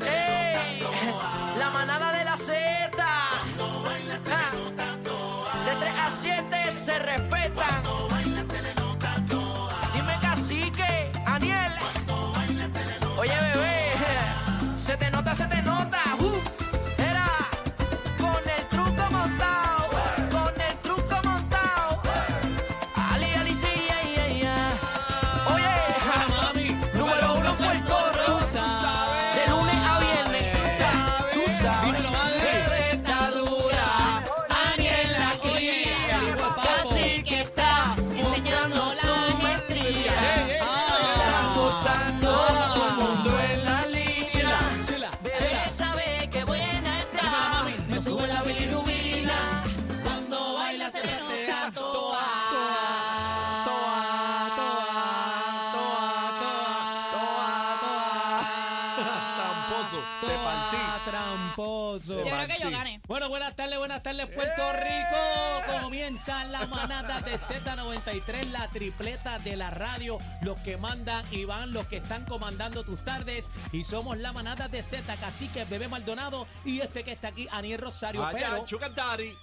¡Ey! La manada de la Z. Ja. De 3 a 7 se respetan. Dime cacique, Aniel. Oye, bebé. Se te nota, se te nota. Uh, Era con el truco montado. Con el truco montado. Ali, Ali, sí, ay, ay, ay. Oye, ja. número uno en Puerto Rico. De lunes a viernes, tú sabes, tú sabes. Dímelo, madre. está dura, Aniel la cría. Casi que está mostrando su maestría. Está gozando todo el mundo en la línea. Bebé sabe que buena está. Me sube la bilirubina. Cuando baila se nota toa. Toa, toa, toa, toa, toa, Tramposo, te Ah, partí. Tramposo. Ah. Yo creo que yo gané. Bueno, buenas tardes, buenas tardes, Puerto ¡Eh! Rico. Comienza la manada de Z93, la tripleta de la radio. Los que mandan y van, los que están comandando tus tardes. Y somos la manada de Z, Cacique, Bebé Maldonado y este que está aquí, Aniel Rosario. pero,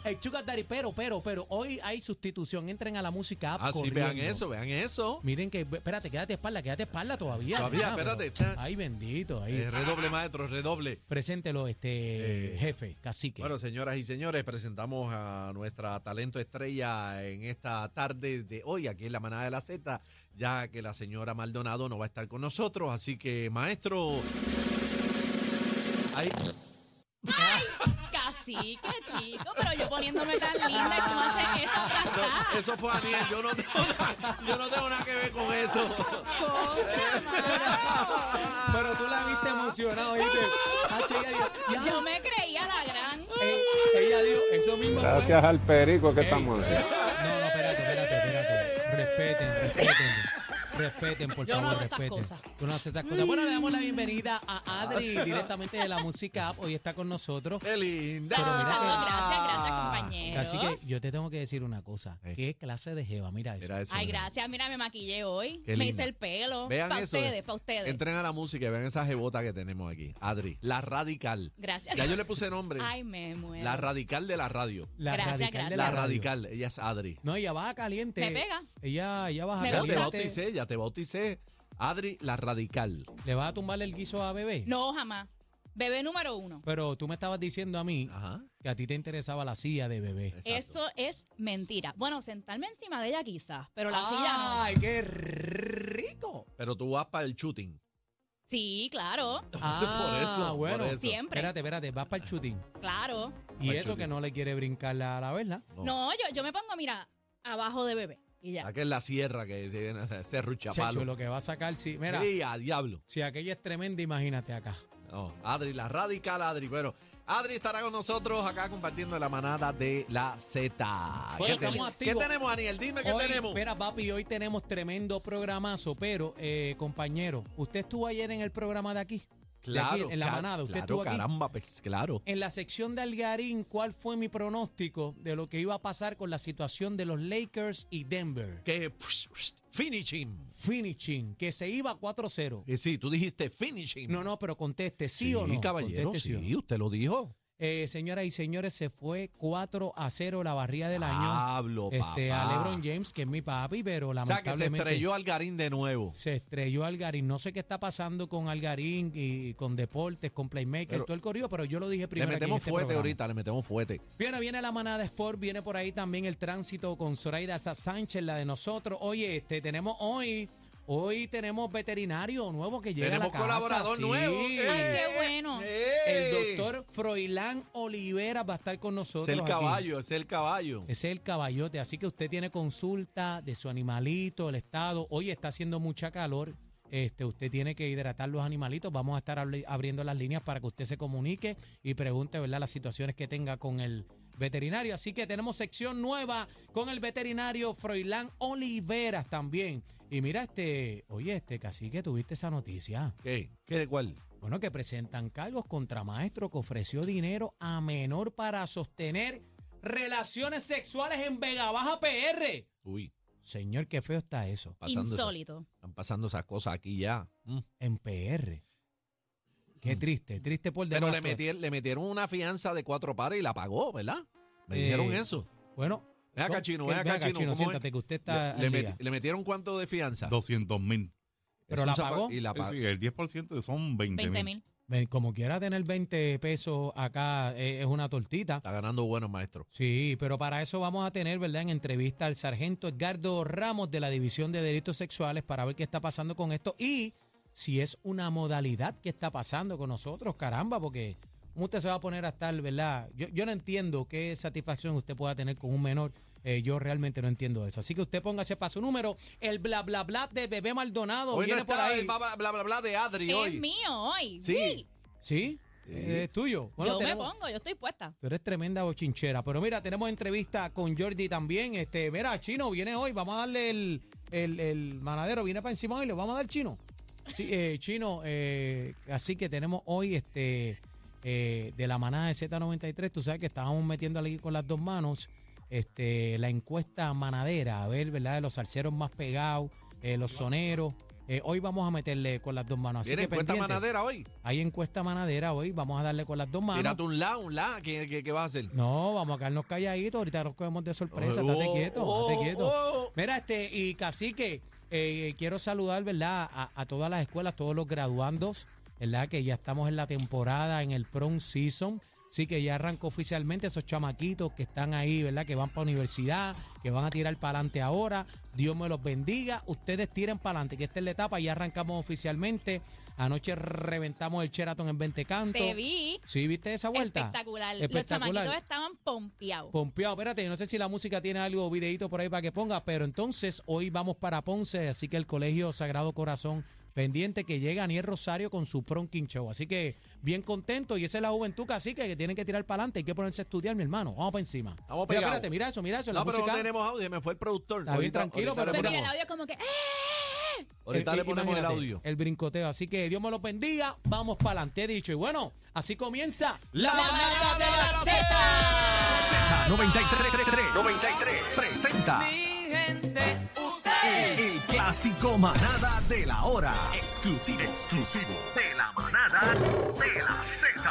el Sugar Daddy, pero, pero, pero, hoy hay sustitución. Entren a la música app Así corriendo. Ah, vean eso, vean eso. Miren que, espérate, quédate espalda, quédate espalda todavía. Todavía, Ah, pero- espérate. Ay, bendito, ahí. Eh, redoble, maestro, redoble. Preséntelo, este Eh, jefe, cacique. Bueno, señoras y señores, presentamos a nuestra talento estrella en esta tarde de hoy, aquí en la Manada de la Z, ya que la señora Maldonado no va a estar con nosotros, así que, maestro. Ahí, Cacique, chico, pero yo poniéndome tan linda, ¿cómo haces eso? no, eso fue Daniel, yo no tengo, nada- yo no tengo nada que ver con eso. pero tú la viste emocionada, ¿oíste? Hacho, ella dijo, Yo me creía la gran. "Ya". Eh, ella dijo, eso mismo fue. Gracias al perico que Ey. estamos aquí. No, no, espérate, espérate, espérate. Respeten, respeten. Respeten, por Yo no favor, hago esas respeten. cosas. Tú no haces esas cosas. Bueno, le damos la bienvenida a Adri directamente de la música app. Hoy está con nosotros. ¡Qué linda! Pero mira- Saludos, gracias, gracias, compañeros. Así que yo te tengo que decir una cosa. Eh. ¿Qué clase de jeva? Mira eso. Mira eso, Ay, mira. gracias, mira, me maquillé hoy. Qué me linda. hice el pelo. Vean para eso. ustedes, eh. para ustedes. Entren a la música y vean esa jebota que tenemos aquí. Adri, la radical. Gracias. Ya yo le puse nombre. Ay, me muero. la radical de la radio. La Gracias, radical de gracias. La radio. radical, ella es Adri. No, ella baja caliente. Me pega. Ella, ella baja Me Ya caliente. te bauticé, ya te bauticé. Adri, la radical. ¿Le vas a tumbarle el guiso a bebé? No, jamás. Bebé número uno. Pero tú me estabas diciendo a mí Ajá. que a ti te interesaba la silla de bebé. Exacto. Eso es mentira. Bueno, sentarme encima de ella quizás, pero la silla Ah. no. ¡Ay, qué rico! Pero tú vas para el shooting. Sí, claro, eso, por Ah, bueno. eso. Siempre. Espérate, espérate, vas para el shooting. claro. Y Pa'l eso shooting. que no le quiere brincar la, la verdad. No. Ah, No, yo, yo me pongo, mira, abajo de bebé. Y ya. Aquel es la sierra que se viene a hacer Chacho, ruchapalo. lo que va a sacar, si, mira, Sí, a diablo. si aquella es tremenda, imagínate acá. No, Oh, Adri, la radical, Adri. Bueno, Adri estará con nosotros acá compartiendo la manada de la Z. Bueno, ¿Qué, tenemos? estamos ¿Qué activos. tenemos, Aniel? Dime qué Hoy, tenemos. Espera, papi, hoy tenemos tremendo programazo, pero, eh, compañero, usted estuvo ayer en el programa de aquí. De aquí, en la ca- manada, usted claro, estuvo aquí. Eh. caramba, pues, claro. En la sección de Algarín, ¿cuál fue mi pronóstico de lo que iba a pasar con la situación de los Lakers y Denver? Que psh, psh, finishing. Finishing, que se iba 4-0. Eh, sí, tú dijiste finishing. No, no, pero conteste, ¿sí, o no? caballero, Conteste sí, o no. usted lo dijo. Eh, señoras y señores, se fue 4 a 0 la barría del año. Pablo, Este, a papá. LeBron James, que es mi papi, pero O sea, que se lamentablemente estrelló Algarín de nuevo. se estrelló Algarín. No sé qué está pasando con Algarín y con deportes, con Playmaker, Pero- todo el corrido, pero yo lo dije Le primero. aquí en metemos este fuerte programa. ahorita, le metemos fuerte. Viene, viene la manada Sport, viene por ahí también el tránsito con Zoraida Sa- Sánchez, la de nosotros. Oye, este, tenemos hoy, hoy tenemos veterinario nuevo que llega a Tenemos la casa. colaborador sí. nuevo. Ay, ¡Eh! qué bueno. ¡Eh! El doctor Froilán Olivera va a estar con nosotros. Es el aquí. caballo, es el caballo. Ese es el caballote, así que usted tiene consulta de su animalito, el estado. Hoy está haciendo mucha calor. este, usted tiene que hidratar los animalitos. Vamos a estar abri- abriendo las líneas para que usted se comunique y pregunte, ¿verdad?, las situaciones que tenga con el veterinario. Así que tenemos sección nueva con el veterinario Froilán Oliveras también. Y mira, este, oye, este, cacique, tuviste esa noticia. ¿Qué? ¿Qué de cuál? Bueno, que presentan cargos contra maestro que ofreció dinero a menor para sostener relaciones sexuales en Vega Baja PR. Uy, Señor, qué feo está eso. pasando esa- Insólito. están pasando esas cosas aquí ya. Mm. En PR. Qué triste, triste por Pero demás. le, metier- le metieron una fianza de cuatro pares y la pagó, ¿verdad? Me Eh, dijeron eso. Bueno. Ven acá, no, Chino, que- ven acá, Chino, ¿cómo es? siéntate que usted está le, al le día. meti- le metieron cuánto de fianza? 200 mil. Pero Es la un zapa- pagó. Y la Es pagó. decir, el 10% son 20 20 mil. mil. Ven, Como quiera tener 20 pesos acá eh, es una tortita. Está ganando buenos maestros. Sí, pero para eso vamos a tener, ¿verdad?, en entrevista al sargento Edgardo Ramos de la División de Delitos Sexuales para ver qué está pasando con esto y si es una modalidad que está pasando con nosotros, caramba, porque ¿cómo usted se va a poner a estar, ¿verdad? Yo, yo no entiendo qué satisfacción usted pueda tener con un menor. Eh, yo realmente no entiendo eso. Así que usted póngase para su número. El bla bla bla de Bebé Maldonado Hoy no viene está por ahí. el bla, bla, bla, bla, bla de Adri hoy. Es mío hoy. Sí. Uy, ¿Sí? Eh, es tuyo. yo tenemos- me pongo, yo estoy puesta. Tú eres tremenda bochinchera. Pero mira, tenemos entrevista con Jordi también. Este, mira, Chino viene hoy. Vamos a darle el, el, el manadero. Viene para encima hoy. Lo vamos a dar Chino. Sí, eh, Chino. eh, así que tenemos hoy este eh, de la manada de Z93. Tú sabes que estábamos metiendo aquí con las dos manos este, la encuesta manadera. A ver, ¿verdad? De los salseros más pegados, eh, los soneros. Eh, hoy vamos a meterle con las dos manos. Así Viene que en cuenta pendiente. manadera hoy. Hay encuesta manadera hoy. Vamos a darle con las dos manos. Tírate un la, un la. ¿Qué, qué, qué vas a hacer? No, vamos a quedarnos calladitos. Ahorita nos cogemos de sorpresa. Oh, estate quieto, oh, estate quieto. oh. Mira, este, y cacique, eh, quiero saludar, ¿verdad? A, a todas las escuelas, todos los graduandos, ¿verdad? Que ya estamos en la temporada, en el prom season. Sí, que ya arrancó oficialmente esos chamaquitos que están ahí, ¿verdad? Que van para universidad, que van a tirar para adelante ahora. Dios me los bendiga. Ustedes tiren para adelante, que esta es la etapa. Ya arrancamos oficialmente. Anoche reventamos el Sheraton en 20 cantos. Te vi. Sí, ¿viste esa vuelta? Espectacular. Los Espectacular. chamaquitos estaban pompeados. Pompeado, espérate, no sé si la música tiene algo, videíto por ahí para que ponga, pero entonces hoy vamos para Ponce, así que el Colegio Sagrado Corazón pendiente que llega Aniel Rosario con su Pronkin Show. Así que bien contento y esa es la juventud cacique que tienen que tirar para adelante, hay que ponerse a estudiar, mi hermano. Vamos para encima. mira, Estamos pegados. espérate, mira eso, mira eso, No, la pero música. Eh, no tenemos audio. Me fue el productor. Está bien, Ahorita- tranquilo, pero- ahorita le Pero y el ponemos- audio es como que. ¡eh! Ahorita Eh, le eh, ponemos el imagínate, audio. El brincoteo, así que Dios me los bendiga, vamos para adelante, he dicho. Y bueno, así comienza la, manada de la Zeta. Z93 93 presenta el, el clásico manada de la hora. Exclusivo. Exclusivo. De la manada de la Z.